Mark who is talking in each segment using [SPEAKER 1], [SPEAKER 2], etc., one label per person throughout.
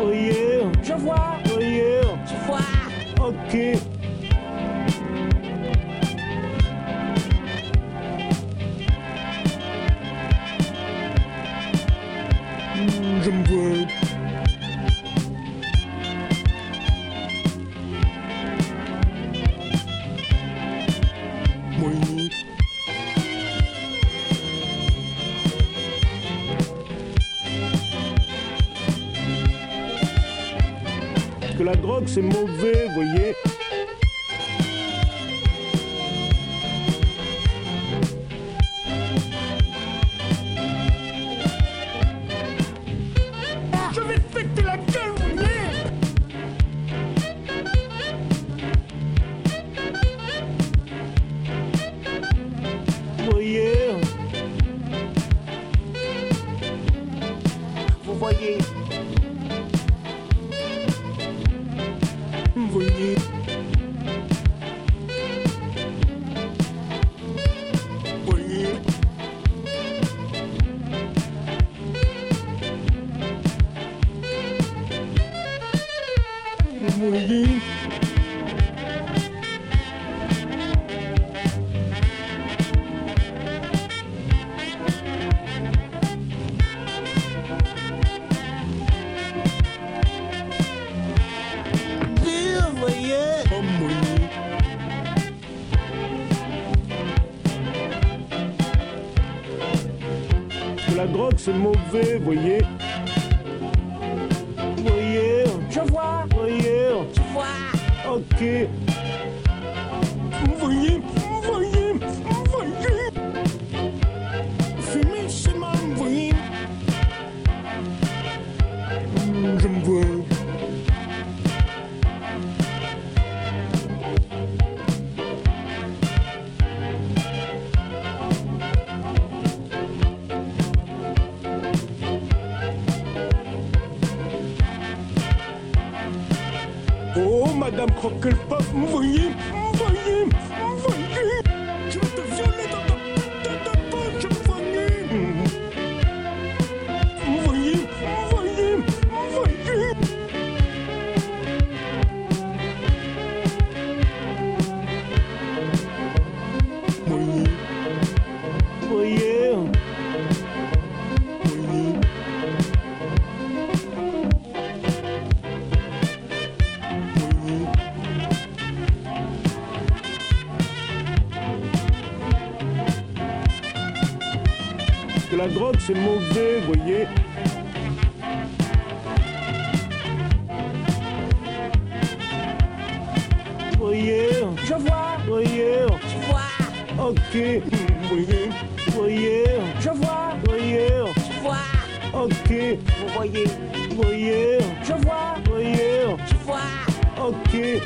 [SPEAKER 1] oh yeah,
[SPEAKER 2] Je vois,
[SPEAKER 1] oh yeah,
[SPEAKER 2] je vois.
[SPEAKER 1] ok. Mm, Je me vois. Oui. Que la drogue c'est mauvais, voyez.
[SPEAKER 2] Je vais te péter la gueule, Willy.
[SPEAKER 1] Voyez,
[SPEAKER 2] Vous voyez,
[SPEAKER 1] voyez. Voyez. Voyez.
[SPEAKER 2] vous voyez.
[SPEAKER 1] Oh, voyez. Que la drogue c'est mauvais, voyez. Voyez,
[SPEAKER 2] Je vois,
[SPEAKER 1] voyez,
[SPEAKER 2] je vois.
[SPEAKER 1] ok. Voyez, voyez, voyez. Fumer, c'est mal, voyez. Mm, Je me vois. Oh, Madame Croquelpop, vous voyez, vous voyez, vous voyez. Je vais te violer dans ta putain de poche, vous voyez. Vous voyez, vous voyez, vous voyez. Voyez. Voyez. Voyez. Que la drogue c'est mauvais, voyez. Voyez,
[SPEAKER 2] Je vois,
[SPEAKER 1] voyez,
[SPEAKER 2] je vois.
[SPEAKER 1] ok, voyez, voyez,
[SPEAKER 2] Je vois,
[SPEAKER 1] voyez,
[SPEAKER 2] je vois.
[SPEAKER 1] ok,
[SPEAKER 2] Vous voyez,
[SPEAKER 1] voyez,
[SPEAKER 2] je vois,
[SPEAKER 1] voyez,
[SPEAKER 2] je vois.
[SPEAKER 1] ok.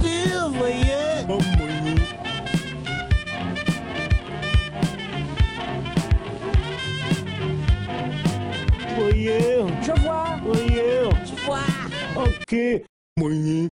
[SPEAKER 2] Vous voyez,
[SPEAKER 1] Oh, voyez, voyez,
[SPEAKER 2] je vois,
[SPEAKER 1] voyez,
[SPEAKER 2] je vois.
[SPEAKER 1] ok, voyez.